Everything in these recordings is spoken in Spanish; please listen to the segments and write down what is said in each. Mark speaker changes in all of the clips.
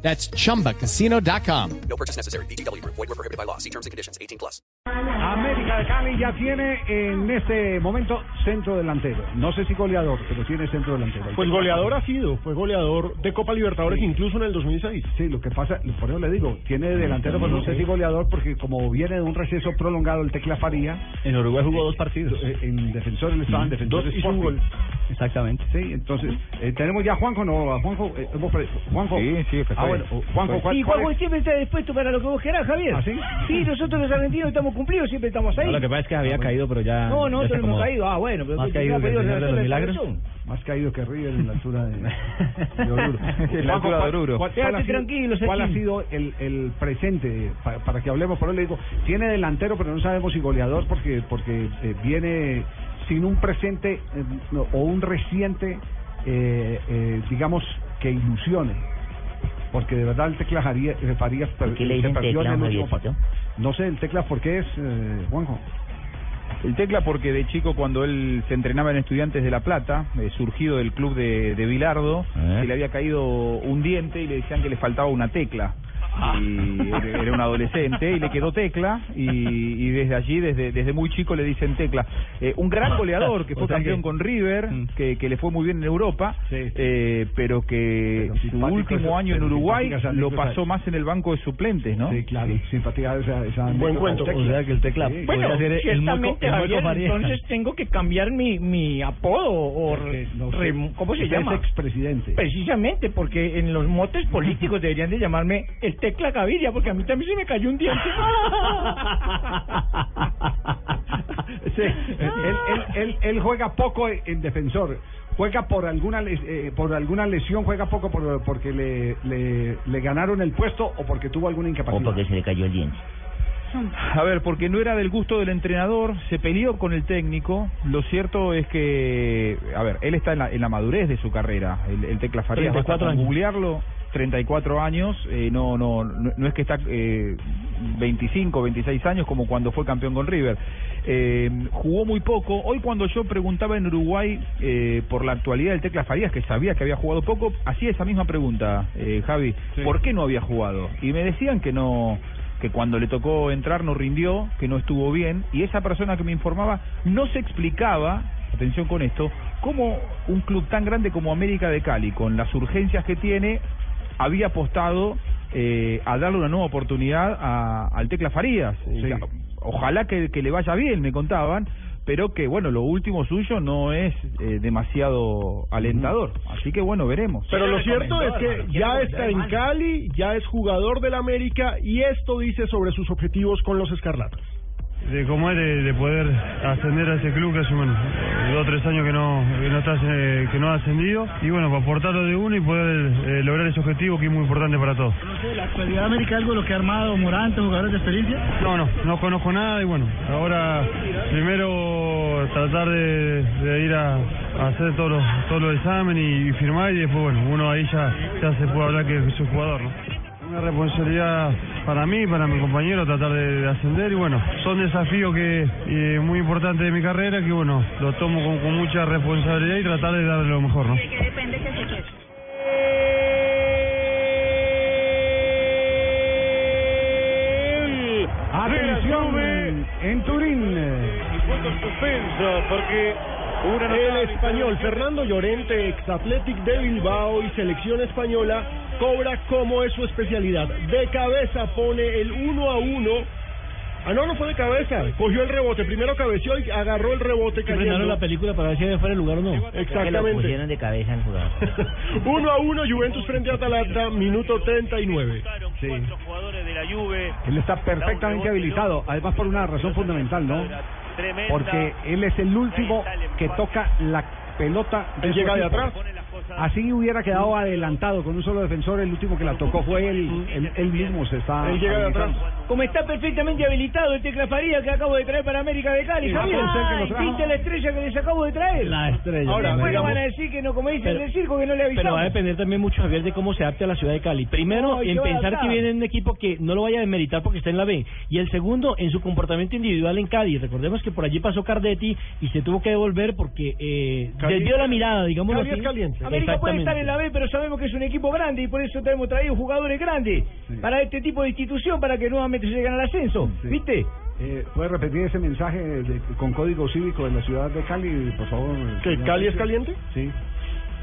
Speaker 1: That's chumbacasino.com.
Speaker 2: No purchase necessary. BGW. Void were prohibited by law. See terms and conditions. 18 plus.
Speaker 3: América de Cali ya tiene en este momento centro delantero. No sé si goleador, pero tiene centro delantero.
Speaker 4: Pues goleador ha sido, fue goleador de Copa Libertadores incluso en el 2006.
Speaker 3: Sí, lo que pasa, por eso le digo, tiene delantero, pero no sé si goleador, porque como viene de un receso prolongado el Tecla Faría,
Speaker 5: En Uruguay jugó dos partidos.
Speaker 3: eh, en defensores le estaban defensores.
Speaker 4: Dos hizo un
Speaker 3: Sporting.
Speaker 4: gol.
Speaker 5: Exactamente.
Speaker 3: Sí, entonces, eh, tenemos ya a Juanjo, no, a Juanjo, eh, hemos pre- Juanjo.
Speaker 5: Sí, sí, pues,
Speaker 3: ah, bueno,
Speaker 5: pues,
Speaker 3: Juanjo, ¿cuál-
Speaker 6: Y
Speaker 3: cuál
Speaker 6: Juanjo
Speaker 3: es?
Speaker 6: siempre está dispuesto para lo que vos querás, Javier.
Speaker 3: ¿Ah, sí?
Speaker 6: Sí, nosotros los argentinos estamos cumplidos, siempre estamos ahí.
Speaker 5: No, lo que pasa es que
Speaker 7: Ah,
Speaker 5: había caído, pero ya. ya
Speaker 6: no,
Speaker 5: se
Speaker 6: nosotros no hemos
Speaker 5: acomodó.
Speaker 6: caído. Ah, bueno, pero
Speaker 5: Más
Speaker 6: que
Speaker 5: caído
Speaker 6: te
Speaker 5: que el
Speaker 6: hubiera
Speaker 5: Señor
Speaker 6: pedido
Speaker 5: de los
Speaker 6: la
Speaker 5: Milagros.
Speaker 6: razón.
Speaker 3: Más caído que River en la altura de, de Oruro.
Speaker 5: En la altura de Oruro.
Speaker 3: ¿Cuál, cuál
Speaker 6: Quédate
Speaker 3: ha sido,
Speaker 6: tranquilo,
Speaker 3: cuál ha
Speaker 6: Sachin.
Speaker 3: sido el, el presente? Pa- Para, que hablemos, por eso le digo, tiene delantero, pero no sabemos si goleador, porque, porque eh, viene sin un presente eh, no, o un reciente, eh, eh, digamos, que ilusione. Porque de verdad el Tecla Jaría- eh, Farías per-
Speaker 8: ¿Por qué le
Speaker 3: se
Speaker 8: dicen
Speaker 3: perdió
Speaker 8: Tecla,
Speaker 3: en el último
Speaker 8: Javiercito?
Speaker 3: partido. No sé, el Tecla, ¿por qué es, eh, Juanjo?
Speaker 7: El Tecla porque de chico cuando él se entrenaba en Estudiantes de La Plata, eh, surgido del club de, de Bilardo,
Speaker 8: Eh.
Speaker 7: se le había caído un diente y le decían que le faltaba una tecla. Y era era un adolescente y le quedó tecla y, y desde allí, desde, desde muy chico le dicen tecla. Eh, un gran goleador que
Speaker 5: O
Speaker 7: fue
Speaker 5: sea
Speaker 7: campeón
Speaker 5: que-
Speaker 7: con River,
Speaker 5: Ah, Mm.
Speaker 7: que, que le fue muy bien en Europa,
Speaker 3: Sí.
Speaker 7: eh, pero que
Speaker 3: Pero
Speaker 7: su
Speaker 3: simpático
Speaker 7: último
Speaker 3: eso,
Speaker 7: año en
Speaker 3: pero
Speaker 7: Uruguay
Speaker 3: simpática esa
Speaker 7: lo
Speaker 3: anécdota.
Speaker 7: pasó más en el banco de suplentes, ¿no?
Speaker 3: Sí, claro, simpatía esa, esa
Speaker 4: Buen
Speaker 3: anécdota
Speaker 4: cuento,
Speaker 3: del
Speaker 5: O sea que el tecla.
Speaker 3: Sí.
Speaker 5: podría
Speaker 6: Bueno,
Speaker 5: ser el
Speaker 6: ciertamente,
Speaker 5: mueco- el mueco
Speaker 6: Javier,
Speaker 5: Faría.
Speaker 6: entonces tengo que cambiar mi, mi apodo o...
Speaker 3: Porque,
Speaker 5: Eh,
Speaker 6: re-
Speaker 3: no sé,
Speaker 6: re- ¿Cómo se
Speaker 3: usted es
Speaker 6: llama?
Speaker 3: expresidente.
Speaker 6: Precisamente, porque en los motes políticos deberían de llamarme el Tecla Gaviria, porque a mí también se me cayó un diente.
Speaker 3: Sí, él, él- él- él juega poco en defensor. Juega por alguna les- eh, por alguna lesión, juega poco por- porque le, le, le ganaron el puesto o porque tuvo alguna
Speaker 8: O
Speaker 3: incapacidad.
Speaker 8: porque se le cayó el diente.
Speaker 7: A ver, porque no era del gusto del entrenador, se peleó con el técnico. Lo cierto es que, a ver, él está en la, en la madurez de su carrera. El, el Tecla
Speaker 5: 34
Speaker 7: Farías, basta con
Speaker 5: años.
Speaker 7: googlearlo, 34 años. eh, no, no, no, no es que está eh, 25, 26 años como cuando fue campeón con River. Eh, jugó muy poco. Hoy cuando yo preguntaba en Uruguay eh, por la actualidad del Tecla Farías, que sabía que había jugado poco, hacía esa misma pregunta, eh, Javi.
Speaker 3: Sí.
Speaker 7: ¿Por qué no había jugado? Y me decían que no que cuando le tocó entrar no rindió, que no estuvo bien, y esa persona que me informaba no se explicaba, atención con esto, cómo un club tan grande como América de Cali, con las urgencias que tiene, había apostado eh, a darle una nueva oportunidad a- al Tecla Farías. O sea, Ojalá que, que le vaya bien, me contaban, pero que bueno, lo último suyo no es eh, demasiado alentador. Así que bueno, veremos.
Speaker 4: Pero lo cierto es que ya está en Cali, ya es jugador del América y esto dice sobre sus objetivos con los Escarlatas.
Speaker 9: de cómo es de, de poder ascender a ese club que hace bueno, dos o tres años que no que no, está, eh, que no ha ascendido y bueno para aportarlo de uno y poder eh, lograr ese objetivo que es muy importante para todos
Speaker 4: ¿La actualidad de América algo lo que ha armado Morante, jugadores de experiencia?
Speaker 9: no no no conozco nada y bueno ahora primero tratar de, de ir a, a hacer todos los todos los exámenes y, y firmar y después bueno uno ahí ya ya se puede hablar que es un jugador ¿no? Una responsabilidad para mí, para mi compañero, tratar de, de ascender y bueno, son desafíos que eh, muy importantes de mi carrera que bueno, lo tomo con, con mucha responsabilidad y tratar de darle lo mejor, ¿no?
Speaker 3: Atención en, en Turín.
Speaker 4: El español Fernando Llorente, ex Athletic de Bilbao y selección española, cobra como es su especialidad. De cabeza pone el 1 a 1. Ah, no, no fue de cabeza. Cogió el rebote. Primero cabeció y agarró el rebote. Cayendo.
Speaker 5: Frenaron la película para ver si había fuera el lugar o no.
Speaker 8: Que lo
Speaker 4: Exactamente.
Speaker 8: pusieron de cabeza al jugador.
Speaker 4: 1 a 1, Juventus frente a Atalanta, minuto 39.
Speaker 3: Sí. Él está perfectamente habilitado, además por una razón fundamental, ¿no? Porque él es el último que toca la pelota.
Speaker 4: Él
Speaker 3: su
Speaker 4: llega de
Speaker 3: equipo.
Speaker 4: atrás.
Speaker 3: Así hubiera quedado adelantado con un solo defensor. El último que la tocó fue él, él, él mismo. Se está
Speaker 4: Él llega de atrás.
Speaker 3: habilitando.
Speaker 6: Como está perfectamente habilitado el Tecla Faría que acabo de traer para América de Cali,
Speaker 3: Sí,
Speaker 6: Javier.
Speaker 3: ah, usted que lo
Speaker 6: Ay,
Speaker 3: trajo.
Speaker 6: ¿Viste la estrella que les acabo de traer?
Speaker 5: La estrella.
Speaker 4: Ahora,
Speaker 5: Pero-
Speaker 6: Después
Speaker 4: digamos-
Speaker 6: van a decir que no, como dicen
Speaker 5: Pero-
Speaker 6: en el circo, que no le
Speaker 5: Pero va a
Speaker 6: avisamos.
Speaker 5: depender también mucho, Javier, de cómo se adapte a la ciudad de Cali. Primero,
Speaker 6: No, y
Speaker 5: en
Speaker 6: se va a
Speaker 5: pensar que
Speaker 6: adaptar.
Speaker 5: viene un equipo que no lo vaya a desmeritar porque está en la B. Y el segundo, en su comportamiento individual en Cali. Recordemos que por allí pasó Cardetti y se tuvo que devolver porque eh,
Speaker 4: Cali-
Speaker 5: desvió la mirada, digamos
Speaker 4: Cali
Speaker 5: así.
Speaker 4: es caliente.
Speaker 6: América puede estar
Speaker 5: Exactamente.
Speaker 6: en la B, pero sabemos que es un equipo grande y por eso te hemos traído jugadores grandes para este tipo de institución, para que nuevamente lleguen al ascenso.
Speaker 3: Sí.
Speaker 6: ¿Viste?
Speaker 3: Eh, ¿Puede repetir ese mensaje de- con código cívico de la ciudad de Cali, por favor?
Speaker 4: ¿Que
Speaker 3: señor
Speaker 4: Cali es
Speaker 3: Sergio?
Speaker 4: caliente?
Speaker 3: Sí.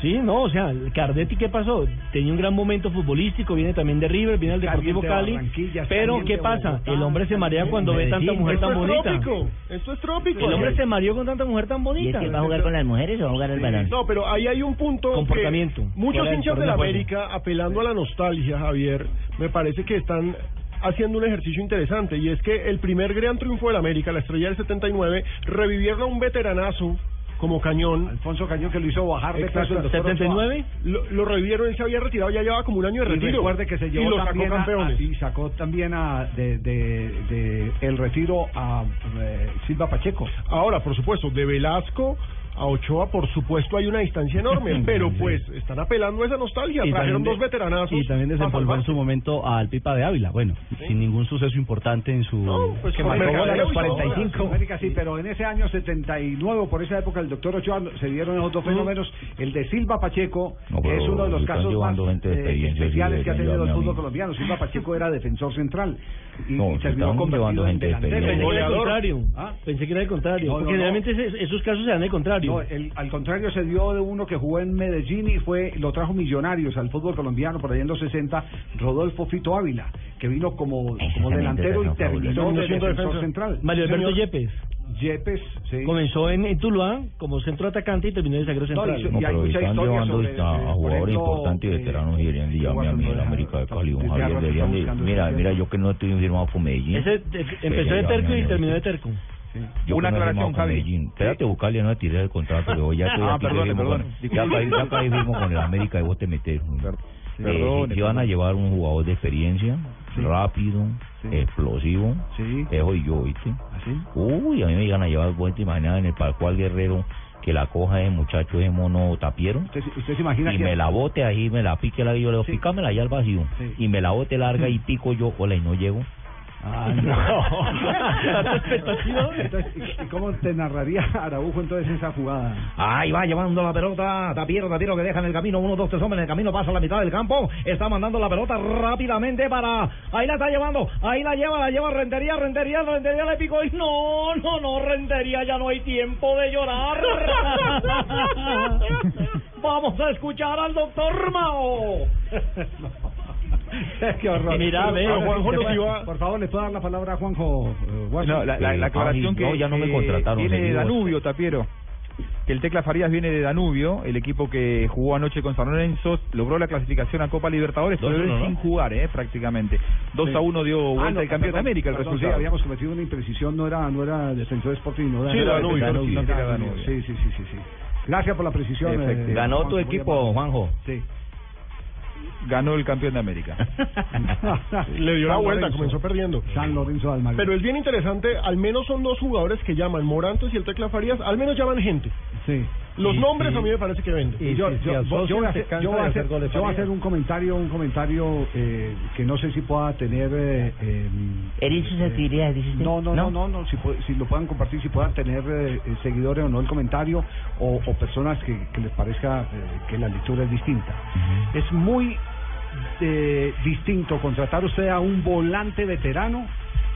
Speaker 5: Sí, no, o sea, Cardetti, ¿qué pasó? Tenía un gran momento futbolístico, viene también de River, viene del Deportivo
Speaker 3: Caliente
Speaker 5: Cali.
Speaker 3: Barranquilla,
Speaker 5: Pero,
Speaker 3: caliente
Speaker 5: ¿qué pasa?
Speaker 3: Bogotá, Eh,
Speaker 5: El hombre se marea
Speaker 3: caliente
Speaker 5: cuando ve tanta
Speaker 6: Medellín.
Speaker 5: mujer
Speaker 4: Esto
Speaker 5: tan
Speaker 4: es
Speaker 5: bonita.
Speaker 4: trópico. Esto es trópico.
Speaker 5: El hombre se mareó con tanta mujer tan
Speaker 8: ¿Y
Speaker 5: bonita.
Speaker 8: es que va a jugar con las mujeres o va a jugar al balón?
Speaker 4: No, pero ahí hay un punto. que
Speaker 5: Comportamiento.
Speaker 4: muchos
Speaker 5: Fuera del
Speaker 4: hinchas de
Speaker 5: terreno
Speaker 4: la
Speaker 5: de juego.
Speaker 4: América, apelando a la nostalgia, Javier, me parece que están haciendo un ejercicio interesante. Y es que el primer gran triunfo de la América, la estrella del 79, revivieron a un veteranazo como Cañón.
Speaker 3: Alfonso Cañón que lo hizo bajar de
Speaker 4: Exacto.
Speaker 3: peso el doctor Ochoa.
Speaker 5: 79.
Speaker 4: Lo, lo revivieron, él se había retirado, ya llevaba como un año de
Speaker 3: Y
Speaker 4: retiro.
Speaker 3: recuerde que se
Speaker 4: y
Speaker 3: llevó
Speaker 4: lo sacó
Speaker 3: también a-
Speaker 4: campeones.
Speaker 3: a- y sacó también a, de, de, de el retiro a eh, Silva Pacheco.
Speaker 4: Ahora, por supuesto, de Velasco a Ochoa, por supuesto, hay una distancia enorme, pero pues están apelando a esa nostalgia. Trajeron
Speaker 10: de-
Speaker 4: dos veteranazos.
Speaker 10: Y también
Speaker 4: para
Speaker 10: desempolvó en
Speaker 4: salvarse.
Speaker 10: su momento al Pipa de Ávila. Bueno, sin ningún suceso importante en su.
Speaker 4: No, pues
Speaker 10: que
Speaker 4: con
Speaker 10: marcó
Speaker 4: Mercadeo
Speaker 10: gol a los
Speaker 4: hizo
Speaker 10: 45.
Speaker 3: América sí, pero en ese año 79, por esa época, el doctor Ochoa se dieron esos dos fenómenos. El de Silva Pacheco
Speaker 8: No, pero
Speaker 3: es uno de los
Speaker 8: están
Speaker 3: casos más
Speaker 8: llevando gente de
Speaker 3: eh,
Speaker 8: experiencia, sí,
Speaker 3: especiales que ha
Speaker 8: deberían
Speaker 3: tenido el
Speaker 8: llevarme a
Speaker 3: fútbol
Speaker 8: mí.
Speaker 3: colombiano. Silva Pacheco era defensor central y,
Speaker 8: No,
Speaker 3: y
Speaker 8: se
Speaker 3: terminó
Speaker 8: están
Speaker 3: convertido
Speaker 8: llevando
Speaker 3: en
Speaker 8: gente de
Speaker 3: delantero.
Speaker 8: experiencia.
Speaker 5: Pensé que era el
Speaker 4: Goleador.
Speaker 5: contrario.
Speaker 3: ¿Ah?
Speaker 5: Pensé que era el contrario.
Speaker 3: No, no,
Speaker 5: porque
Speaker 3: no.
Speaker 5: generalmente ese- esos casos se dan el contrario.
Speaker 10: eh,
Speaker 3: No, el- al contrario se dio de uno que jugó en Medellín y fue lo trajo Millonarios al fútbol colombiano por allá en los 60, Rodolfo Fito Ávila, que vino como, como
Speaker 8: Exactamente,
Speaker 3: delantero y
Speaker 8: Fernando
Speaker 3: terminó
Speaker 4: Paula.
Speaker 3: de
Speaker 4: Siendo
Speaker 3: defensor
Speaker 4: defensa.
Speaker 3: central.
Speaker 5: Mario Alberto
Speaker 4: señor.
Speaker 5: Yepes
Speaker 3: Yepes, sí.
Speaker 5: comenzó en, en Tuluá como centro atacante y terminó de zaguero
Speaker 3: No,
Speaker 5: central.
Speaker 3: y-
Speaker 8: No,
Speaker 3: hay
Speaker 8: pero
Speaker 3: mucha
Speaker 8: están
Speaker 3: historia
Speaker 8: llevando
Speaker 3: sobre,
Speaker 8: está,
Speaker 3: eh,
Speaker 8: a
Speaker 3: por
Speaker 8: jugadores
Speaker 3: ejemplo,
Speaker 8: importantes y
Speaker 3: eh,
Speaker 8: veteranos y deberían de llamarme a mí
Speaker 3: Guadalupe
Speaker 8: de la América de Cali. Un
Speaker 3: Desde
Speaker 8: Javier
Speaker 3: Arroyo
Speaker 8: deberían de...
Speaker 3: buscando
Speaker 8: Mira,
Speaker 3: ese-
Speaker 8: mira, yo que no estoy firmado por Medellín.
Speaker 5: Ese eh, empezó de
Speaker 8: Deberían
Speaker 5: terco
Speaker 8: llamarme
Speaker 5: y
Speaker 8: a
Speaker 5: terminó de
Speaker 8: Medellín.
Speaker 5: terco.
Speaker 7: Una
Speaker 8: Yo que no he
Speaker 7: aclaración,
Speaker 8: firmado con
Speaker 7: Javi.
Speaker 8: Medellín. Espérate, buscarle, no tirar el contrato. Yo ya estoy
Speaker 7: Ah,
Speaker 8: aquí, que
Speaker 7: perdone,
Speaker 8: firmo
Speaker 7: perdone.
Speaker 8: con- Ya caí, ya caí firmo con el América y vos te metes. Eh,
Speaker 7: perdone,
Speaker 8: si van a
Speaker 7: perdone.
Speaker 8: llevar un jugador de experiencia, rápido, Eh, explosivo,
Speaker 3: Sí.
Speaker 8: eso y yo, ¿viste?
Speaker 3: ¿Así?
Speaker 8: Uy, a mí me iban a llevar, vos te imaginas, en el Parcual Guerrero, que la coja ese muchacho, ese mono tapiero,
Speaker 3: ¿Usted, se- usted se imagina
Speaker 8: y
Speaker 3: que
Speaker 8: me la bote ahí, me la pique la yo le digo,
Speaker 3: Sí.
Speaker 8: pícamela allá al vacío,
Speaker 3: Sí.
Speaker 8: y me la bote larga y pico yo, hola, y no llego.
Speaker 3: Ah, no. Entonces, ¿y- y ¿Cómo te narraría Araujo entonces esa jugada?
Speaker 10: Ahí va llevando la pelota, Tapiero, Tapiero que deja en el camino, uno, dos, tres hombres en el camino, pasa a la mitad del campo, está mandando la pelota rápidamente para... Ahí la está llevando, ahí la lleva, la lleva Rentería, Rentería, Rentería le picó y no, no, no, Rentería, ya no hay tiempo de llorar. Vamos a escuchar al doctor Mao.
Speaker 3: Qué horror.
Speaker 5: Mira, ve,
Speaker 3: Ahora sí,
Speaker 4: Juanjo
Speaker 3: ¿le
Speaker 4: nos
Speaker 3: puede-
Speaker 4: iba a-
Speaker 3: Por favor, ¿le puedo dar la palabra a Juanjo? eh, Watson?
Speaker 7: No, la, la- la
Speaker 8: Eh,
Speaker 7: aclaración
Speaker 8: ay,
Speaker 7: que
Speaker 8: no, ya no me
Speaker 7: que
Speaker 8: contrataron,
Speaker 7: viene de
Speaker 8: seguimos.
Speaker 7: Danubio, Tapiero. Que el Tecla Farías viene de Danubio, el equipo que jugó anoche con San Lorenzo, logró la clasificación a Copa Libertadores, pero
Speaker 8: 2-1,
Speaker 7: él
Speaker 8: ¿no?
Speaker 7: sin jugar, eh, prácticamente. 2 a 1 dio
Speaker 3: Ah,
Speaker 7: vuelta
Speaker 3: no,
Speaker 7: el campeón de
Speaker 3: perdón,
Speaker 7: América, el
Speaker 3: perdón, sí,
Speaker 7: resultado.
Speaker 3: habíamos cometido una imprecisión, no era, no era defensor Sporting, no era.
Speaker 4: Sí,
Speaker 3: no era
Speaker 4: Danubio,
Speaker 3: defensor,
Speaker 7: Danubio,
Speaker 3: sí,
Speaker 7: sí, era
Speaker 3: Danubio. Sí,
Speaker 7: Danubio.
Speaker 3: sí, sí, sí, sí. Gracias por la precisión. eh,
Speaker 7: Perfecto.
Speaker 8: Ganó
Speaker 3: Juanjo,
Speaker 8: tu
Speaker 3: muy
Speaker 8: equipo,
Speaker 3: amable.
Speaker 8: Juanjo.
Speaker 3: Sí.
Speaker 7: Ganó el campeón de América.
Speaker 4: Le dio la
Speaker 3: San
Speaker 4: vuelta,
Speaker 3: Lorenzo.
Speaker 4: comenzó perdiendo.
Speaker 3: San Lorenzo de Almagro.
Speaker 4: Pero es bien interesante, al menos son dos jugadores que llaman, Morantes y el Tecla Farías, al menos llaman gente.
Speaker 3: Sí.
Speaker 4: Los
Speaker 5: Sí,
Speaker 4: nombres
Speaker 5: sí.
Speaker 4: a mí me parece que venden.
Speaker 3: Y yo,
Speaker 5: si
Speaker 3: yo-
Speaker 5: se
Speaker 3: yo- yo voy a
Speaker 5: asocian, se
Speaker 3: hacer,
Speaker 5: cansa
Speaker 3: yo voy a
Speaker 5: de hacer
Speaker 3: hacer-
Speaker 5: goles
Speaker 3: yo voy a
Speaker 5: Farías.
Speaker 3: hacer un comentario, un comentario eh, que no sé si pueda tener. eh, eh,
Speaker 8: ¿Eres sus actividades, dices
Speaker 3: No, no, no, no, no, si, pu- si lo puedan compartir, si puedan tener eh, eh, seguidores o no el comentario, o, o personas que, que les parezca eh, que la lectura es distinta. Es muy eh, distinto contratar usted a un volante veterano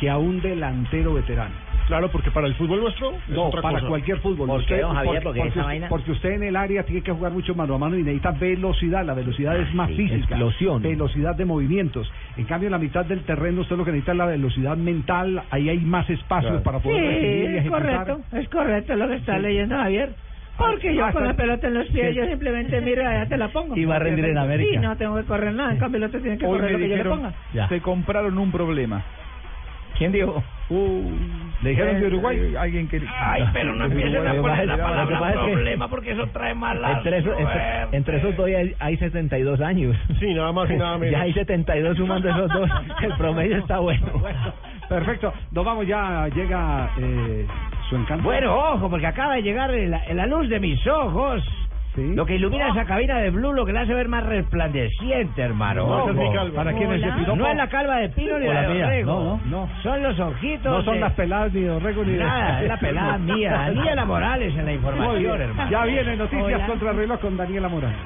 Speaker 3: que a un delantero veterano.
Speaker 4: Claro, porque para el fútbol nuestro es
Speaker 3: No,
Speaker 4: otra
Speaker 3: para
Speaker 4: cosa.
Speaker 3: cualquier fútbol.
Speaker 8: ¿Por qué, don Javier?
Speaker 3: por-
Speaker 8: Porque esa
Speaker 3: usted-
Speaker 8: vaina-
Speaker 3: porque usted en el área tiene que jugar mucho mano a mano y necesita velocidad. La velocidad es más
Speaker 8: sí,
Speaker 3: física.
Speaker 8: explosión.
Speaker 3: Velocidad de movimientos. En cambio, en la mitad del terreno usted lo que necesita es la velocidad mental. Ahí hay más espacios para
Speaker 6: Sí,
Speaker 3: poder recibir y
Speaker 6: es
Speaker 3: ejecutar.
Speaker 6: correcto, es correcto lo que está leyendo Javier. Porque yo
Speaker 3: Ah,
Speaker 6: con la
Speaker 3: está-
Speaker 6: pelota en los pies, yo simplemente miro y allá te la pongo.
Speaker 10: Y va a rendir en América.
Speaker 6: Sí, no tengo que correr nada, en cambio el otro tiene que
Speaker 7: Hoy
Speaker 6: correr
Speaker 7: me
Speaker 6: lo que yo le
Speaker 7: dijeron,
Speaker 6: ponga.
Speaker 10: Ya.
Speaker 7: se compraron un problema.
Speaker 10: ¿Quién dijo?
Speaker 7: Uy,
Speaker 3: ¿Le dijeron de Uruguay?
Speaker 7: eh,
Speaker 4: alguien que...
Speaker 7: Ay, pero no empiecen a poner la
Speaker 4: Lo que
Speaker 7: palabra
Speaker 4: pasa es que-
Speaker 7: problema porque eso trae
Speaker 11: Ah,
Speaker 7: eh. malas.
Speaker 8: Entre, esos- entre,
Speaker 7: suerte.
Speaker 8: entre esos dos hay, hay 72 años.
Speaker 11: eh, Sí, nada más y nada menos.
Speaker 8: Ya hay 72 sumando esos dos. El promedio está bueno.
Speaker 3: Perfecto, nos vamos ya, llega eh, su encanto.
Speaker 6: Bueno, ojo, porque acaba de llegar la, la luz de mis ojos. Lo que ilumina esa cabina de Blue, lo que la hace ver más resplandeciente, hermano.
Speaker 4: No,
Speaker 6: Ojo.
Speaker 4: es mi calva.
Speaker 6: ¿Para quién es el
Speaker 4: Hola.
Speaker 6: piropo? No es la calva de Pino ni
Speaker 4: O
Speaker 6: la,
Speaker 4: la
Speaker 6: de
Speaker 4: mía.
Speaker 6: Orrego.
Speaker 4: No,
Speaker 3: no,
Speaker 6: Son los ojitos.
Speaker 3: No son
Speaker 6: de-
Speaker 3: las peladas ni de Orrego ni de...
Speaker 6: Nada, es la pelada mía, Daniela Morales en la información,
Speaker 3: Muy bien.
Speaker 6: hermano.
Speaker 3: Ya viene Noticias
Speaker 6: Hola.
Speaker 3: contra Reloj con Daniela Morales.